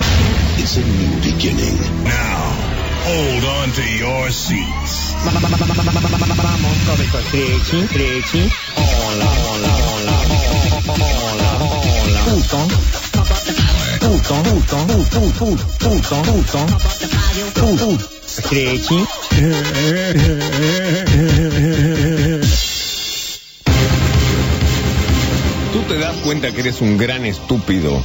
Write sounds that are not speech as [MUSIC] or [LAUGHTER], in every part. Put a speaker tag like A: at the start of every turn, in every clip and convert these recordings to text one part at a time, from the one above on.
A: It's a new beginning.
B: Now, hold on to your seats.
C: Vamos, cómico. Freaky, freaky. Hola, hola, hola, hola, hola, hola. Puto. Puto, puto, puto, puto, puto, puto. Puto. Freaky.
D: Tú te das cuenta que eres un gran estúpido.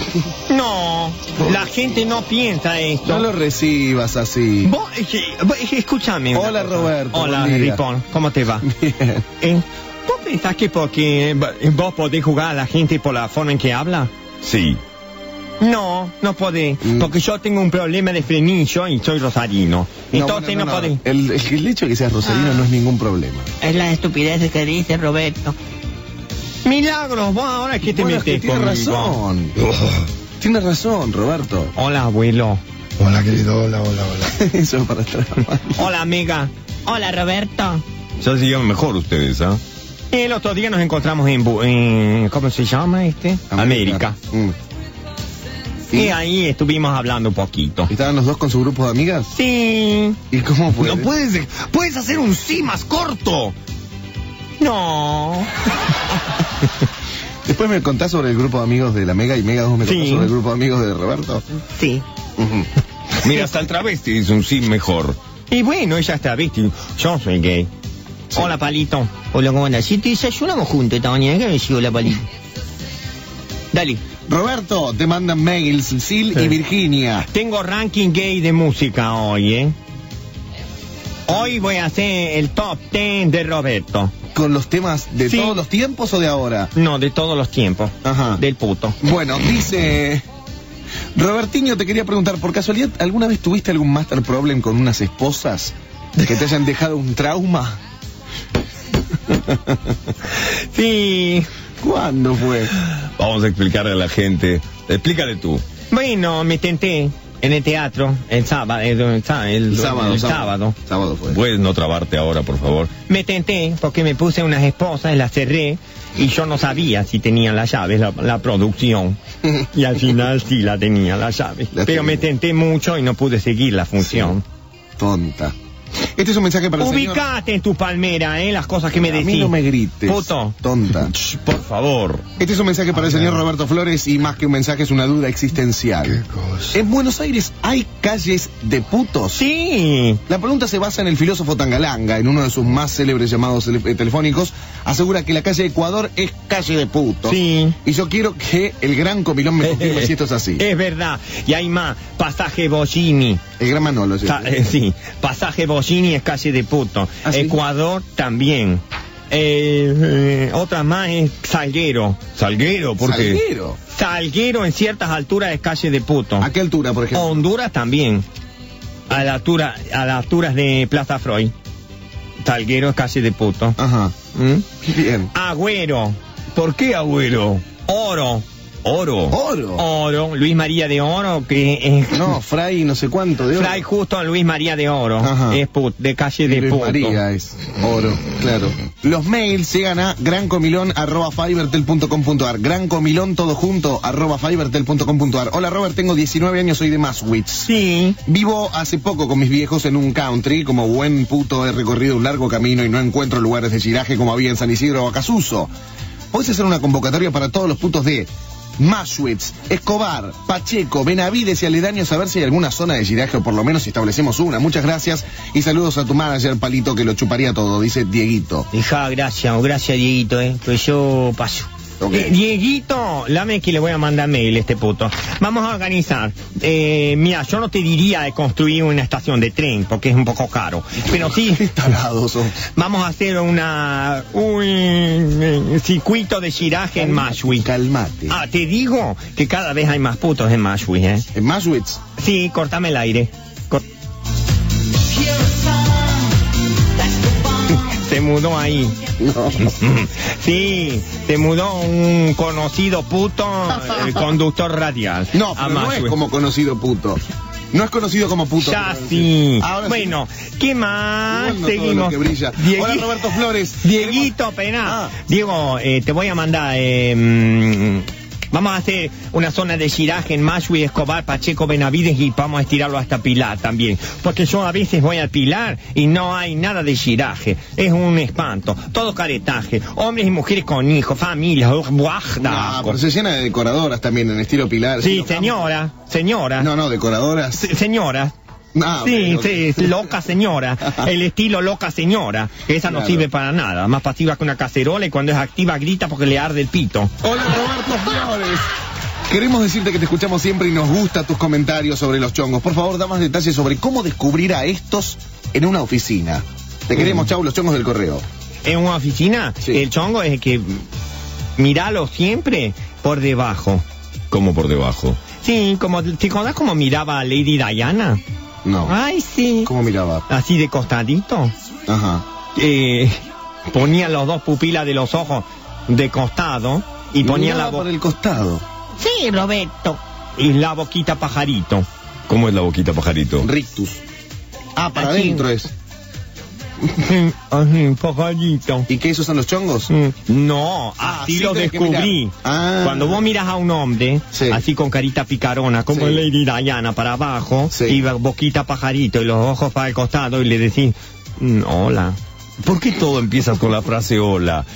C: No, la gente no piensa
E: No
C: esto.
E: lo recibas
D: [LAUGHS]
E: así.
C: Vos, eh, vos, eh, escúchame. una
E: Hola,
C: cosa.
E: Roberto,
C: Hola
E: buen día.
C: Ripón, ¿cómo te va?
E: Bien.
C: Eh, ¿Vos pensás que porque eh, vos podés jugar a la gente por la forma en que habla?
D: Sí.
C: No, no podés,
E: Mm.
C: porque yo tengo un problema de frenillo y soy rosarino. Entonces
E: bueno,
C: no, podés.
E: El, el hecho de que seas rosarino
C: Ah.
E: no es ningún problema.
F: Es la estupidez que dice Roberto.
C: Milagros, vos ahora que te
E: Bueno, es que
C: metes
E: tiene
C: conmigo.
E: razón. [LAUGHS] Tiene razón, Roberto. [LAUGHS]
C: Hola, abuelo.
B: Hola, querido. Hola, hola, hola.
E: Eso es para trabajar.
C: Hola, amiga.
F: Hola, Roberto.
D: Ya se llevan mejor ustedes, ¿ah?
C: El otro día nos encontramos en, Bu- en- ¿cómo se llama este? América.
E: Mm.
C: Y,
E: ¿Y
C: ahí estuvimos hablando un poquito.
E: ¿Estaban los dos con su grupo de amigas?
C: Sí.
E: ¿Y cómo fue?
D: No puedes, puedes hacer un sí más corto.
C: No.
E: Después me contás sobre el grupo de amigos de la Mega y Mega 2 me contás
C: Sí.
E: sobre el grupo de amigos de Roberto.
C: Sí.
D: Mira, hasta el travesti dice un sí mejor.
C: [LAUGHS] Y bueno, ella está, viste, yo soy gay. Hola, palito.
F: Hola, ¿cómo andas? Si te desayunamos juntos esta
C: ¿eh?
F: mañana, que me sigo la
C: [LAUGHS]
F: palita.
C: Dale.
E: Roberto, te mandan mails Sil
C: Sí.
E: y Virginia.
C: Tengo ranking gay de música hoy, ¿eh? Hoy voy a hacer el top 10 de Roberto.
E: ¿Con los temas de
C: Sí.
E: todos los tiempos o de ahora?
C: No, de todos los tiempos.
E: Ajá.
C: Del puto.
E: Bueno, dice... Robertiño, te quería preguntar, ¿por casualidad alguna vez tuviste algún master problem con unas esposas que te hayan dejado un trauma? [LAUGHS]
C: Sí.
E: ¿Cuándo fue?
D: Vamos a explicarle a la gente. Explícale tú.
C: Bueno, me tenté en el teatro el sábado. El, el sá- el-
E: El sábado, sábado.
C: el sábado.
E: Sábado fue.
D: Puedes no trabarte ahora, por favor.
C: Me tenté porque me puse unas esposas, las cerré y yo no sabía si tenían las llaves, la, la
D: [LAUGHS]
C: producción. Y al final sí la tenía, la llave.
E: La
C: Pero me
E: tenía.
C: tenté mucho y no pude seguir la función.
E: Tonta. Este es un mensaje para el señor.
C: Ubicate en tu palmera, ¿eh? Las cosas que me
E: A
C: decís.
E: mí no me grites.
C: Puto. [LAUGHS]
E: Tonta.
D: Ch, Por favor.
E: Este es un mensaje para el
B: Ah,
E: señor Roberto Flores y más que un mensaje es una duda
B: Qué
E: existencial.
B: cosa.
E: En Buenos Aires hay calles de putos.
C: Sí.
E: La pregunta se basa en el filósofo Tangalanga, en uno de sus más célebres llamados tele- eh, telefónicos, asegura que la calle de Ecuador es calle de putos.
C: Sí.
E: Y yo quiero que el gran comilón
C: [LAUGHS]
E: me confirme si esto es así.
C: Es verdad. Y hay más. Pasaje Bollini.
E: El gran Manolo. ¿sí?
C: Ca- eh, sí. Pasaje Bollini es calle de puto.
E: ¿Ah, sí?
C: Ecuador también. Eh, eh, otra más es Salguero.
D: Salguero, ¿por qué?
E: Salguero.
C: Salguero en ciertas alturas es calle de puto.
D: Ah,
E: ¿A qué altura, por ejemplo?
C: Honduras también. A la altura, a las alturas de Plaza Freud. Salguero es calle de puto.
E: Ajá.
C: ¿Mm?
E: Bien.
C: Agüero.
D: Ah. ¿Por qué, abuelo?
C: Oro.
D: Oro.
C: Oh.
E: Oro.
C: Oro, Luis María de Oro, que es
E: No, Fray no sé cuánto de oro.
C: Fray Justo Luis María de Oro,
E: Ajá.
C: es put- de calle de
E: Luis
C: puto.
E: María es oro, claro. Los mails llegan a grancomilón arroba fivertel.com.ar. Grancomilón todo junto arroba fivertel.com.ar. Hola Robert, tengo 19 años, soy de Maswitz.
C: Sí,
E: Vivo hace poco con mis viejos en un country, como buen puto he recorrido un largo camino y no encuentro lugares de giraje como había en San Isidro o Acasuso. Puedes hacer una convocatoria para todos los putos de Maswitz, Escobar, Pacheco, Benavides y aledaños a ver si hay alguna zona de giraje o por lo menos si establecemos una. Muchas gracias y saludos a tu manager Palito que lo chuparía todo, dice Dieguito.
C: hija, gracias, gracias Dieguito, eh, que yo paso.
E: Ok.
C: Eh, Dieguito, dame que le voy a mandar mail a este puto. Vamos a organizar. Eh, mira, yo no te diría de construir una estación de tren porque es un poco caro, pero sí.
E: Talados. sos.
C: Vamos a hacer una un eh, circuito de giraje en Mashwick.
E: Calmate.
C: Ah, te digo que cada vez hay más putos en Mashwick, ¿eh?
E: En Maswitz.
C: Sí, cortame el aire. Cor- [LAUGHS] Se mudó ahí. [LAUGHS]
E: No.
C: Sí, se mudó un conocido puto, el conductor radial.
E: No,
C: A
E: pero no es
C: Maxwell.
E: como conocido puto. No es conocido como puto.
C: Ya
E: pero-
C: sí.
E: Ahora sí.
C: bueno, ¿qué
E: Igual no
C: más?
E: todo lo
C: Ah, Seguimos.
E: que brilla.
C: Diegui-
E: Hola Roberto Flores.
C: Dieguito Pená.
E: Ah.
C: Diego, eh, te voy a mandar. eh, mm, Vamos a hacer una zona de giraje en Mashui, Escobar, Pacheco, Benavides y vamos a estirarlo hasta Pilar también. Porque yo a veces voy al Pilar y no hay nada de giraje. Es un espanto. Todo caretaje. Hombres y mujeres con hijos, familias. ugh, buah, da
E: No,
C: asco.
E: pero Ah, pues se llena de decoradoras también en estilo Pilar.
C: Sí,
E: Estilo-
C: señora, señora.
E: No, no, decoradoras.
C: Se- Señora.
E: Ah,
C: sí,
E: ok, ok.
C: sí, es
E: [LAUGHS]
C: loca señora. El estilo loca señora. que Esa no
E: Claro.
C: sirve para nada. Más pasiva que una cacerola y cuando es activa grita porque le arde el pito.
E: Hola Roberto Flores. Queremos decirte que te escuchamos siempre y nos gusta tus comentarios sobre los chongos. Por favor, da más detalles sobre cómo descubrir a estos en una oficina. Te
C: Mm.
E: queremos, chau, los chongos del correo.
C: En una oficina,
E: Sí.
C: el chongo es el que miralo siempre por debacho.
D: Como por debajo.
C: Sí, como te acordás como miraba a Lady Diana.
E: No.
C: Ay, sí.
E: ¿Cómo miraba?
C: Así de costadito.
E: Ajá.
C: Eh, ponía los dos pupilas de los ojos de costado y ponía
E: Miraba
C: la bo-
E: por el costado.
F: Sí, Roberto.
C: y la boquita pajarito.
D: ¿Cómo es la boquita, pajarito?
E: Rictus. Ah, para
C: Así.
E: adentro es.
C: Sí, [LAUGHS] así, pajarito.
E: ¿Y qué esos son los chongos?
C: Mm, No,
E: Ah,
C: así
E: sí
C: lo
E: tenés que
C: descubrí.
E: mirar. Ah.
C: Cuando vos miras a un hombre,
E: Sí.
C: así con carita picarona, como
E: Sí.
C: Lady Diana para abajo,
E: Sí.
C: y boquita pajarito y los ojos para el costado, y le decís, mm, hola.
D: ¿Por qué todo empiezas con la frase hola?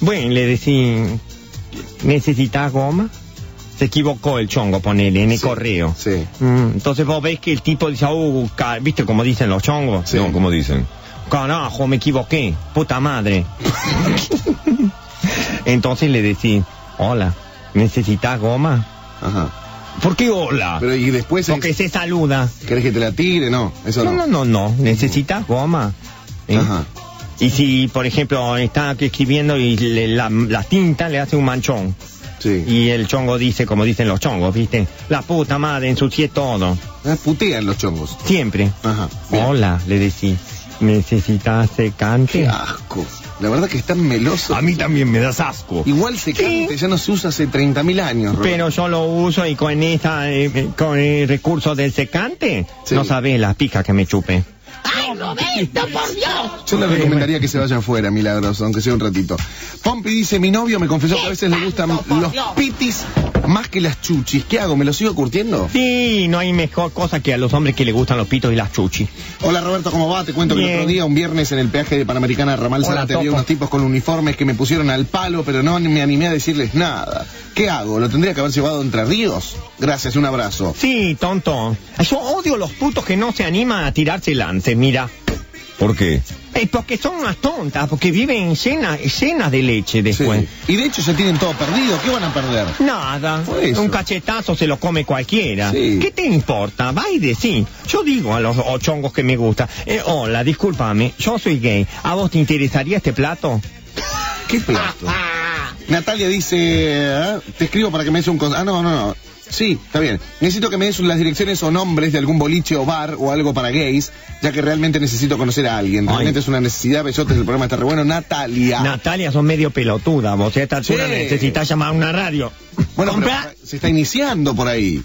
C: Bueno, le decís, ¿necesitas goma? Se equivocó el chongo, ponele, en el
E: Sí,
C: correo.
E: sí.
C: Mm, entonces vos ves que el tipo dice, "Uh, ca- ¿viste como dicen los chongos?
E: Sí.
D: No, como dicen.
C: Carajo, me equivoqué.
D: [LAUGHS]
C: Puta madre. Entonces le decís, hola, ¿necesitas goma?
E: Ajá.
D: ¿Por qué
C: Ah.
D: hola?
E: Pero y después es-
C: Porque se saluda.
E: ¿Querés que te la tire? No, eso
C: No,
E: no.
C: no, no, no. ¿Necesitas goma? ¿Eh?
E: Ajá.
C: Y si, por ejemplo, está aquí escribiendo y le- la, la tinta le hace un manchón.
E: Sí.
C: Eh, Y el chongo dice, como dicen los chongos, ¿viste? La puta madre, ensucié todo.
E: Ah, Putean los chongos.
C: Siempre.
E: Ajá. Bien.
C: Hola, le decís. ¿Necesitas secante?
E: Qué asco. La verdad que están melosos.
D: A mí también me das asco.
E: Igual se cante, ya no se usa hace 30.000 años. Roberto.
C: Pero yo lo uso y con esa, eh, eh, con el recurso del secante,
E: Sí.
C: no sabes las picas que me chupe.
F: ¡Ay, Roberto, por Dios!
E: Yo
C: eh,
E: le recomendaría que se vaya afuera, Milagros, aunque sea un ratito. Pompi dice, mi novio me confesó que a veces le gustan los pitis más que las chuchis. ¿Qué hago? ¿Me los sigo curtiendo?
C: Sí, no hay mejor cosa que a los hombres que les gustan los pitos y las chuchis.
E: Hola Roberto, ¿cómo va? Te cuento que
C: Bien.
E: el otro día, un viernes en el peaje de Panamericana Ramal
C: Hola,
E: Zárate, había
C: Topo.
E: unos tipos con uniformes que me pusieron al palo, pero no me animé a decirles nada. ¿Qué hago? ¿Lo tendría que haber llevado a entre ríos? Gracias, un abrazo.
C: Sí, tonto. Yo odio los putos que no se animan a tirarse lances, mira.
D: ¿Por qué?
C: Eh, porque son unas tontas, porque viven llenas, llenas de leche
E: Sí.
C: después.
E: Y de hecho ya tienen todo perdido, ¿qué van a perder?
C: Nada,
E: Por eso.
C: un cachetazo se lo come cualquiera.
E: Sí.
C: ¿Qué te importa? Va y decí. Yo digo a los ochongos que me gusta, eh, hola, discúlpame, yo soy gay. ¿A vos te interesaría este plato?
E: ¿Qué plato? Natalia dice, ¿eh? te escribo para que me des un... cons- Ah, no, no, no. Sí, está bien. Necesito que me des las direcciones o nombres de algún boliche o bar o algo para gays, ya que realmente necesito conocer a alguien.
C: Ay.
E: Realmente es una necesidad, besotes, el programa está re bueno. Natalia.
C: Natalia, sos medio pelotuda. Vos ¿eh? a esta altura
E: Sí.
C: necesitas llamar a una radio.
E: bueno, pero ah,
C: Comprá
E: se está iniciando por ahí.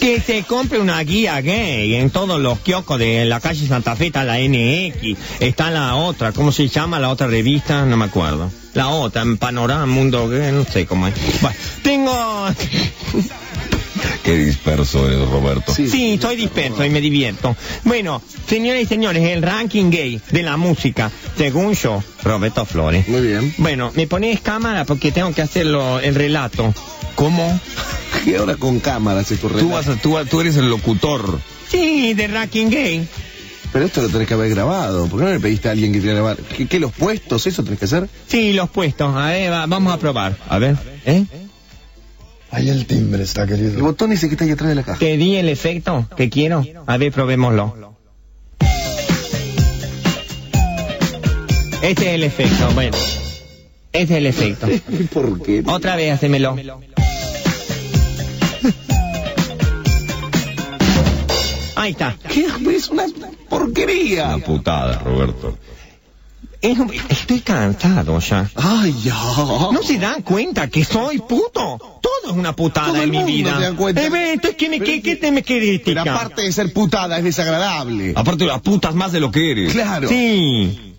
C: que se compre una guía gay en todos los kioscos de la calle Santa Fe. Está la NX, está la otra, ¿cómo se llama la otra revista? No me acuerdo. La otra, en Panorama, Mundo Gay, no sé cómo es. Bueno, tengo...
D: Qué disperso eres, Roberto.
E: Sí.
C: Sí, estoy disperso y me divierto. Bueno, señores y señores, el ranking gay de la música, según yo, Roberto Flores.
E: Muy bien.
C: Bueno, me pones cámara porque tengo que hacerlo el relato. ¿Cómo?
E: ¿Qué ahora con cámaras es tu
D: Tú,
E: relato?
D: vas a- tú, tú eres el locutor.
C: Sí, de ranking gay.
E: Pero esto lo tenés que haber grabado. ¿Por qué no le pediste a alguien que te grabar? ¿Qué, qué, los puestos? ¿Eso tenés que hacer?
C: Sí, los puestos. A ver, va- vamos a probar. A ver, ¿eh?
A: Ahí el timbre está,
E: El
A: querido.
E: botón ese que está ahí atrás de la caja.
C: Te di el efecto que quiero. A ver, probémoslo. Este es el efecto, bueno. Este es el efecto.
E: ¿Por qué?
C: Otra vez, hacémelo. Ahí está.
E: ¿Qué? Es una porquería.
D: Una putada, Roberto.
C: Es un- Estoy cansado ya.
E: Ay, ya.
C: ¿No se dan cuenta que soy puto? Todo es una putada
E: Todo el
C: en mi
E: mundo
C: vida.
E: se dan cuenta.
C: Eh, ve, entonces, ¿qué, me, qué, qué te me
E: Pero
C: critica?
E: aparte de ser putada, es desagradable.
D: Aparte, la putas más de lo que eres.
E: Claro.
C: Sí.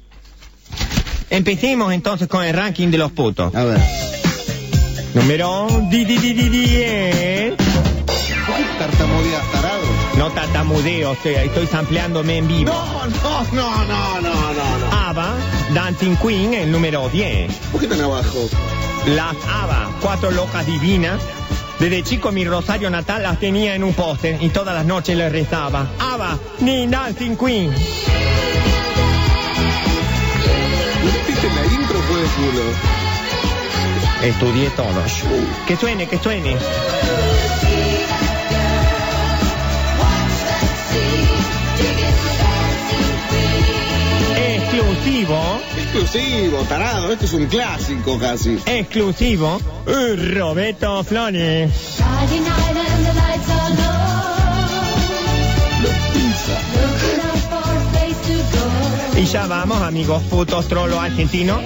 C: Empecemos entonces con el ranking de los putos.
E: A ver.
C: Número di- di- di- di- 10.
E: ¿Por qué tartamudeas, tarado?
C: No tatamudeo, estoy, estoy sampleándome en vivo.
E: No, no, no, no, no, no, no.
C: Ava, Dancing Queen, el número 10.
E: ¿Por qué tan abajo?
C: Las Ava, cuatro locas divinas. Desde chico mi rosario natal las tenía en un póster y todas las noches les rezaba. Ava, ni Dancing Queen.
E: Metiste la intro fue de culo.
C: Estudié todo. Que suene, que suene. Exclusivo,
E: Exclusivo, tarado, esto es un clásico casi.
C: exclusivo, eh, Roberto Flores.
G: Friday night and the lights are low. Looking out for a place to go.
C: Y ya vamos, amigos putos trolo argentinos,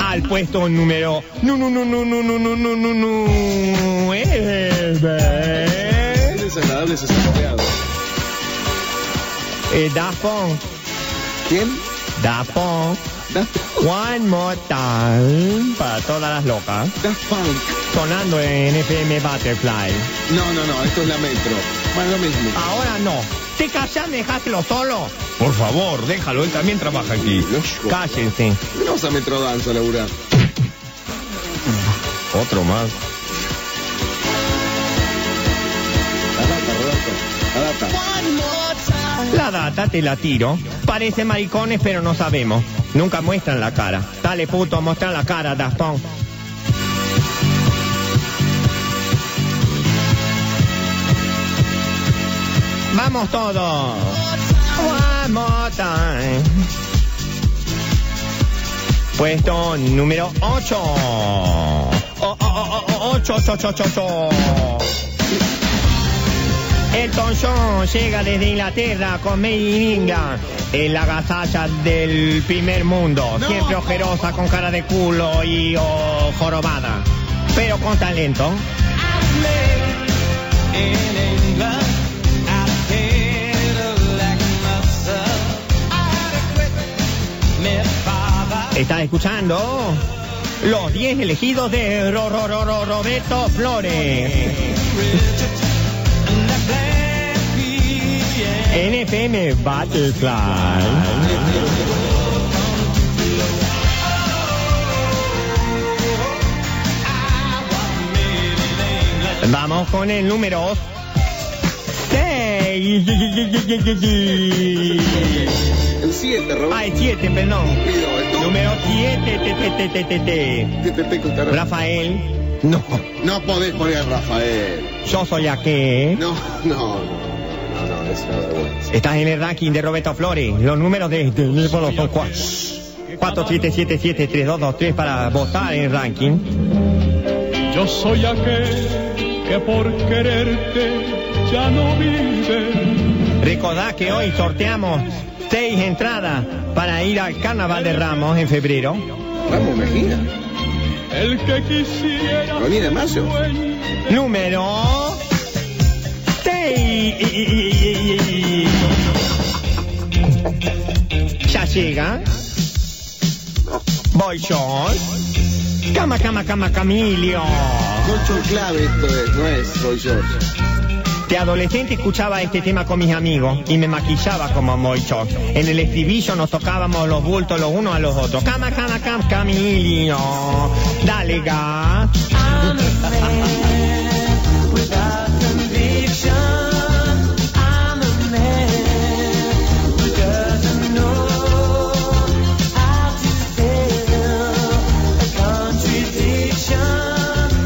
C: al puesto número. No, no, no, no, no, no, no, no, no, no.
E: Es
C: Eh,
E: desagradable ese sampleado.
C: eh, Daft Punk,
E: ¿Quién?
C: Daft Punk.
E: Daft
C: One more time para todas las locas.
E: Daft Punk.
C: Sonando en FM Butterfly.
E: No, no, no, esto es la metro. Bueno, lo mismo.
C: Ahora no. Te callás, me dejáselo solo.
D: Por favor, déjalo, él también trabaja aquí.
E: Loco.
C: Cállense.
E: No vas a metro danza a laburar.
D: Otro más.
E: Adapta, adapta, adapta.
C: La data te la tiro. Parece maricones, pero no sabemos. Nunca muestran la cara. Dale puto, muestra la cara, Daft Punk. Vamos todos. One more time. Puesto número Oh, 8. 8, 8, 8, 8. Elton John llega desde Inglaterra con Made in England en la gazalla del primer mundo, siempre ojerosa, con cara de culo y oh, jorobada, pero con talento. Estás escuchando los 10 elegidos de Ro- Ro- Ro- Ro- Roberto Flores. NFM Battlefly. Vamos con el número 6.
E: El 7, Roberto.
C: Ay, 7, perdón.
E: Pido, el tú.
C: Número 7. te, te, te, te, te, te.
E: Te- te- te contaré.
C: Rafael,
E: No, no podés poner a Rafael.
C: yo soy aquel.
E: No, no, no, no, no, es una vergüenza.
C: Estás en el ranking de Roberto Flores. Los números de de teléfono son 47773223 para votar en el ranking.
H: Yo soy aquel que por quererte ya no vive.
C: Recordad que hoy sorteamos seis entradas para ir al Carnaval de Ramos en febrero.
E: Ramos Mejía,
H: El que quisiera
E: Ronnie de Mayo.
H: dueño.
C: Número 6. Ya llega. Boy Short. Cama, cama, cama, Camilio.
E: Colchón clave esto es, no es Roy George.
C: De adolescente escuchaba este tema con mis amigos y me maquillaba como mocho. En el estribillo nos tocábamos los bultos los unos a los otros. Cama, cama, cam, camilio. Dale gas.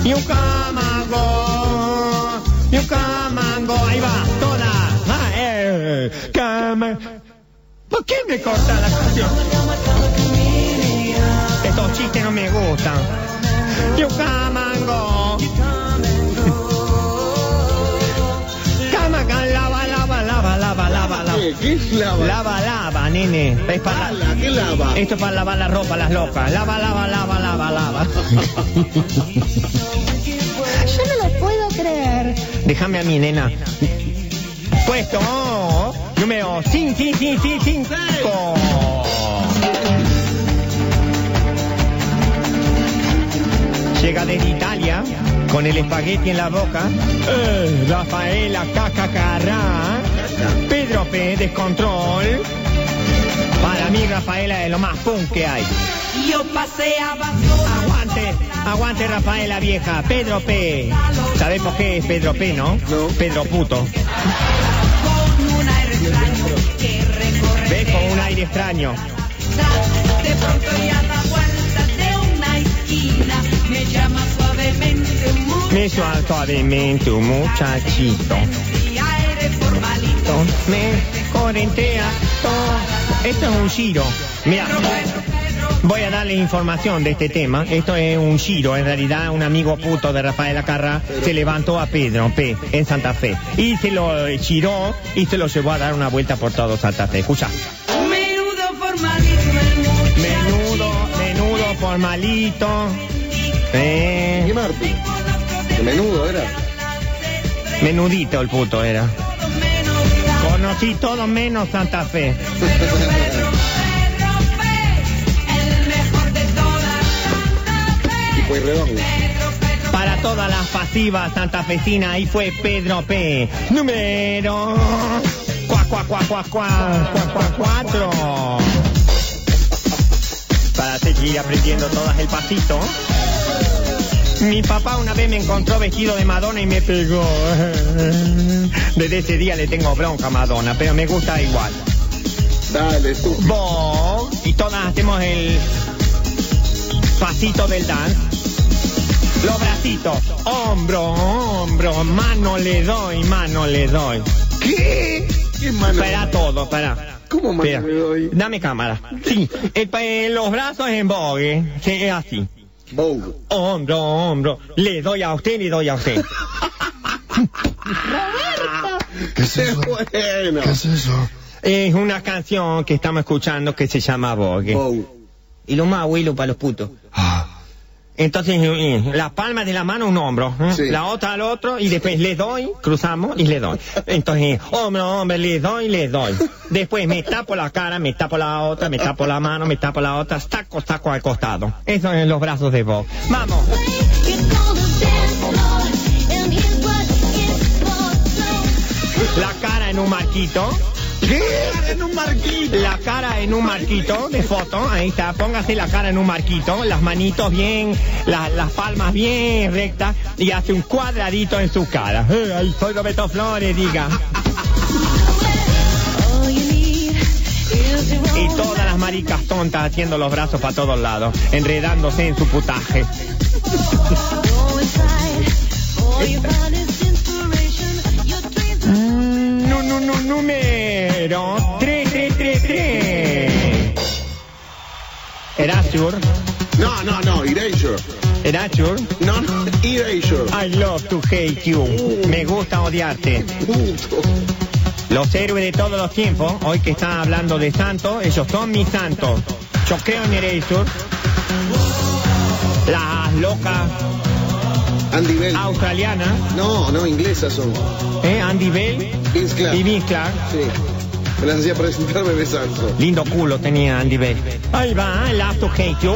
C: Y un camango. Y un camango. Ahí va, toda. Ah, eh, cama. ¿Por qué me corta la canción? Estos chistes no me gustan. Y un camango. Cama, cama, lava, lava, lava, lava, lava, lava.
E: ¿Qué? ¿Qué es lava?
C: Lava, lava, nene. Es para...
E: Ala, ¿Qué lava?
C: Esto es para lavar la ropa, las locas. Lava, lava, lava, lava, lava. Yo no lo puedo creer. Déjame a mi nena. Puesto número 5. Llega desde Italia con el espagueti en la boca. Eh, Rafaela Cacacará. Pedro P. Descontrol. Para mí Rafaela es lo más punk que hay.
I: Yo paseaba sola.
C: Aguante, aguante Rafaela vieja. Pedro P. ¿Sabés por qué es Pedro P, no? Pedro Puto.
I: con un aire extraño que recorre
C: ¿Ves? Con un aire extraño.
I: de pronto y a la vuelta de una esquina me llama suavemente un muchacho
C: Me suave suavemente un muchachito.
I: y aire formalito
C: Me corentea todo. Esto es un giro. Mira. Voy a darle información de este tema. Esto es un giro. En realidad, un amigo puto de Rafael Acarra se levantó a Pedro P. en Santa Fe. Y se lo eh, giró y se lo llevó a dar una vuelta por todo Santa Fe. Escucha.
I: menudo formalito el muchacho
C: Menudo, menudo formalito.
E: [LAUGHS] ¿Qué
C: Eh,
E: Martín? De menudo era. [LAUGHS]
C: menudito el puto era.
I: todo menos vida
C: Conocí todo menos Santa Fe.
I: pero Pedro Pedro P el mejor de todas Santa Fe
E: Fue redondo.
I: Pedro Pedro
C: Para todas las pasivas santafesinas, ahí fue Pedro P. Número. Cuá, cuá, cuá, cuá, cuá, cuá, cuá, cuatro. Para seguir aprendiendo todas el pasito. Mi papá una vez me encontró vestido de Madonna y me pegó. Desde ese día le tengo bronca a Madonna, pero me gusta igual.
E: Dale, tú.
C: Bob, y todas hacemos el pasito del dance. Los bracitos, hombro, hombro, mano le doy, mano le doy.
E: ¿Qué? ¿Qué mano?
C: Espera todo, espera.
E: ¿Cómo mano
C: Espera.
E: le doy?
C: Dame cámara. Sí, el pa- eh, los brazos en vogue, sí, es así.
E: Vogue.
C: Hombro, hombro, le doy a usted, le doy
E: [LAUGHS]
C: a usted.
A: ¿Qué es
E: ¡Qué
A: eso?
E: bueno!
A: ¿Qué es eso?
C: Es una canción que estamos escuchando que se llama vogue.
E: Vogue.
F: Y lo más abuelo para los putos.
A: Ah,
C: Entonces, eh, eh, la palma de la mano un hombro, ¿eh?
E: Sí.
C: la otra al otro, y después le doy, cruzamos y le doy. Entonces, eh, hombro, hombre, le doy, le doy. Después me tapo la cara, me tapo la otra, me tapo la mano, me tapo la otra, taco, taco al costado. Eso en los brazos de vos. Vamos. La cara en un marquito. En un marquito. La cara en un marquito de foto. Ahí está. Póngase la cara en un marquito. Las manitos bien, la- las palmas bien rectas. Y hace un cuadradito en su cara. Eh, ahí soy Roberto Flores, diga. Y todas las maricas tontas haciendo los brazos para todos lados. Enredándose en su putaje. No, no, no, número 3333. Erasure.
E: No, no, no, Erasure.
C: Erasure.
E: No, no, Erasure.
C: I love to hate you. Me gusta odiarte.
E: Puto.
C: Los héroes de todos los tiempos, hoy que están hablando de santos, ellos son mis santos. Yo creo en Erasure. Las locas
E: Andy Bell.
C: australianas,
E: No, no, inglesas son.
C: ¿eh? Andy Bell
E: Vince Clark.
C: y Vince Clark.
E: Sí. Me las hacía presentarme besando.
C: Lindo culo tenía Andy Bell. Ahí va, I love to hate you.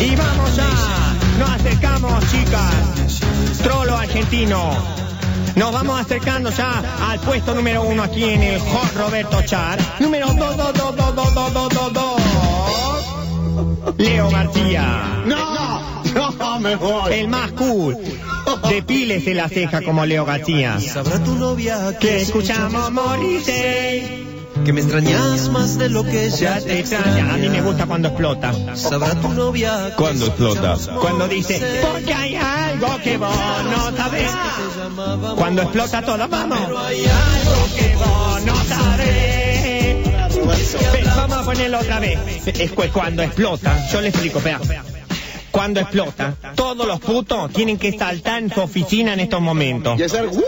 C: Y vamos a, nos acercamos chicas, trolo argentino. Nos vamos acercando ya al puesto número uno aquí en el Hot Roberto Char. Número dos, dos, dos, dos, dos, dos, dos, dos, dos. Leo García.
E: ¡No! ¡No, me voy!
C: El más cool. Depílese la ceja como Leo García.
J: Sabrá tu novia
C: Que escuchamos morirse.
J: que me extrañas más de lo que
C: Ya te extraña. A mí me gusta cuando explota.
J: Sabrá tu novia
D: ¿Cuándo explota?
C: Cuando dice, porque hay algo que vos no sabés. Cuando explota todo, vamos. Hay algo que vos no sabés. Ve, Vamos a ponerlo otra vez. Es cu- cuando explota, yo le explico, vea. Cuando explota, todos los putos tienen que saltar en su oficina en estos momentos.
E: Y hacer... ¡Uh!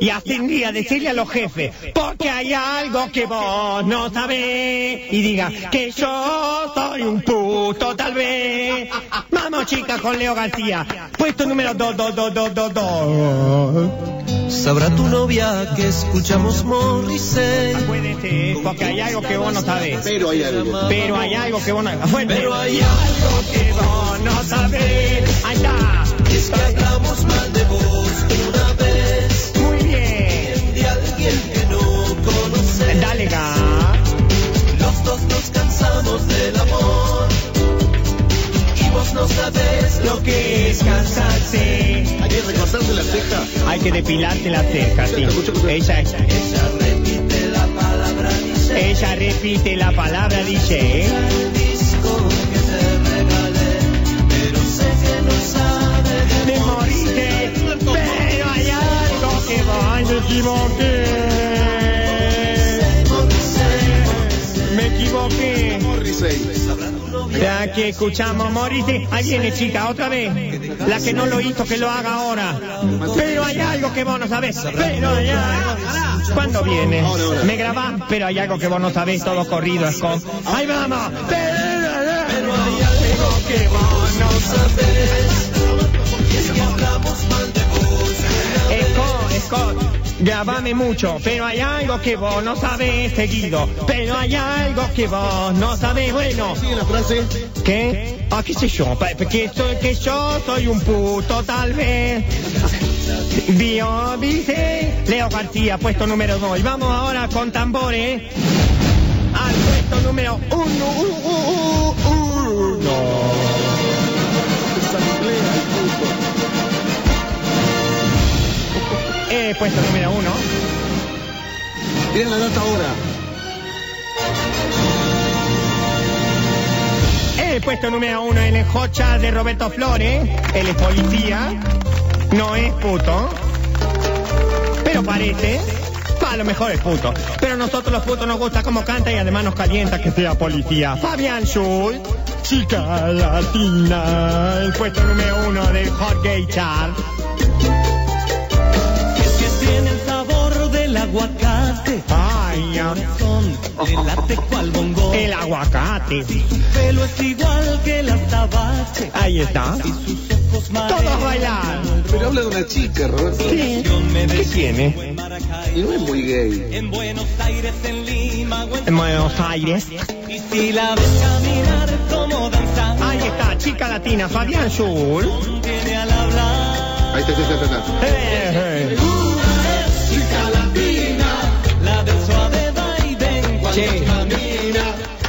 C: y ascendía a decirle a los jefes, porque hay algo que vos no sabés, y diga que yo soy un puto tal vez. Vamos chicas con Leo García, puesto número 2, 2, 2, 2, 2, 2.
J: Sabrá tu novia que escuchamos Morrissey.
C: Acuérdate, porque hay algo que vos no sabés.
E: Pero hay algo.
C: Pero hay algo que vos no... Fuerte.
J: Pero hay algo
C: que vos no sabés. Ahí está.
J: que es que hablamos mal de vos una vez.
C: Muy bien.
J: De alguien que no conoces.
C: Dale, ga.
J: Los dos nos cansamos del amor. Y vos no sabes lo que es cansarse.
E: Hay que recortarse la ceja.
C: Hay que depilarte la ceja, sí. Ella,
J: Ella repite la palabra dice.
C: ella repite la palabra, dice, ¿eh?
J: El disco que te regalé. Pero sé que no sabe
C: Te moriste, pero hay algo que va. Ay, me equivoqué. Me equivoqué. Ya que escuchamos moriste, ahí viene chica, otra vez. La que no lo hizo, que lo haga ahora. Pero hay algo que vos no sabés. Pero hay algo. ¿Cuándo viene? Me grabás, pero hay algo que vos no sabés, todo corrido, es con. ¡Ahí vamos! Pero hay algo que vos no Scott, Scott, grabame mucho, pero hay algo que vos no sabés seguido, pero hay algo que vos no sabés, bueno,
E: Sigue la frase.
C: ¿qué? Ah, qué sé yo, pa- pa- que, soy, que yo soy un puto tal vez. Vio, dice Leo García, puesto número 2. Y vamos ahora con tambores al puesto número 1. Eh, puesto número 1.
E: Tiren la data ahora.
C: El puesto número uno en el Jocha de Roberto Flores. Él es policía. No es puto. Pero parece. A lo mejor es puto. Pero nosotros los putos nos gusta cómo canta y además nos calienta que sea policía. Fabián Schultz. Chica latina. El puesto número uno del Hot Gay Chart.
J: Es que tiene el sabor del aguacate.
C: Ay, ah,
J: Corazón, Relate cual bongo.
C: el aguacate.
J: Su pelo es igual que el azabache.
C: Ahí está.
J: Y sus ojos
C: Todos bailan.
E: Pero habla de una chica, Roberto.
C: Sí. ¿Qué tiene?
E: Y no es muy gay.
J: En Buenos Aires, en Lima, o en-
C: En Buenos Aires.
J: Y si la ves caminar como danza,
C: Ahí está, chica latina, Fabián Schultz.
J: tiene al hablar.
E: Ahí está, ahí está, ahí está, ahí está.
C: Eh, eh.
J: Chica latina, la del suave vaivén cuando
C: Che.
J: camina.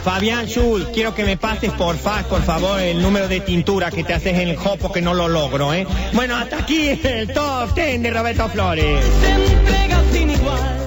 C: Fabián Schultz, quiero que me pases por fax, por favor, el número de tintura que te haces en el jopo que no lo logro, ¿eh? Bueno, hasta aquí el top 10 de Roberto Flores.
J: Se entrega sin igual.